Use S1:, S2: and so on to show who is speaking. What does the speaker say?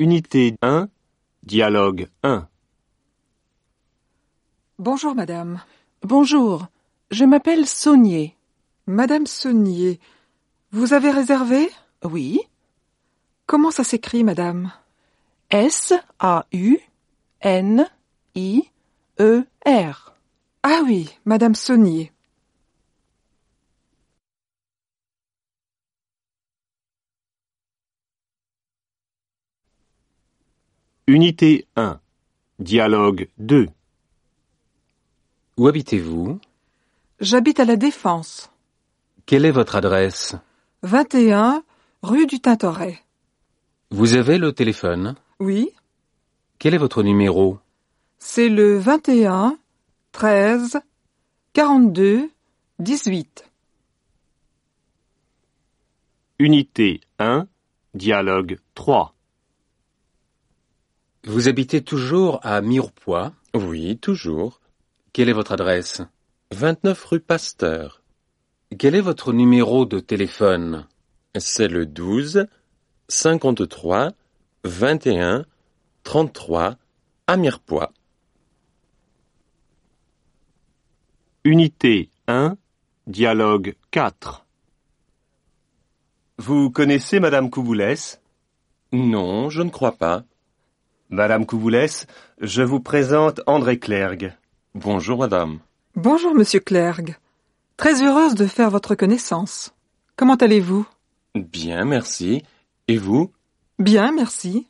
S1: Unité 1, dialogue 1.
S2: Bonjour, madame.
S3: Bonjour, je m'appelle Saunier.
S2: Madame Saunier, vous avez réservé
S3: Oui,
S2: Comment ça s'écrit, madame
S3: E S-A-U-N-I-E-R.
S2: Ah oui, madame Saunier.
S1: Unité 1, dialogue 2.
S4: Où habitez-vous
S2: J'habite à La Défense,
S4: Quelle est votre adresse
S2: 21, rue du Tintoret.
S4: Vous avez le téléphone
S2: Oui,
S4: Quel est votre numéro
S2: c'est le 21, 13, 42, 18.
S1: Unité 1, dialogue 3.
S4: Vous habitez toujours à Mirepoix
S5: Oui, toujours.
S4: Quelle est votre adresse
S5: 29 rue Pasteur.
S4: Quel est votre numéro de téléphone
S5: C'est le 12 53 21 33 à Mirepoix.
S1: Unité 1, dialogue 4. Vous connaissez Madame Kouboulès
S5: Non, je ne crois pas.
S1: Madame Kouboulès, je vous présente André Clergue.
S5: Bonjour, madame.
S2: Bonjour, monsieur Clergue. Très heureuse de faire votre connaissance. Comment allez-vous
S5: Bien, merci. Et vous
S2: Bien, merci.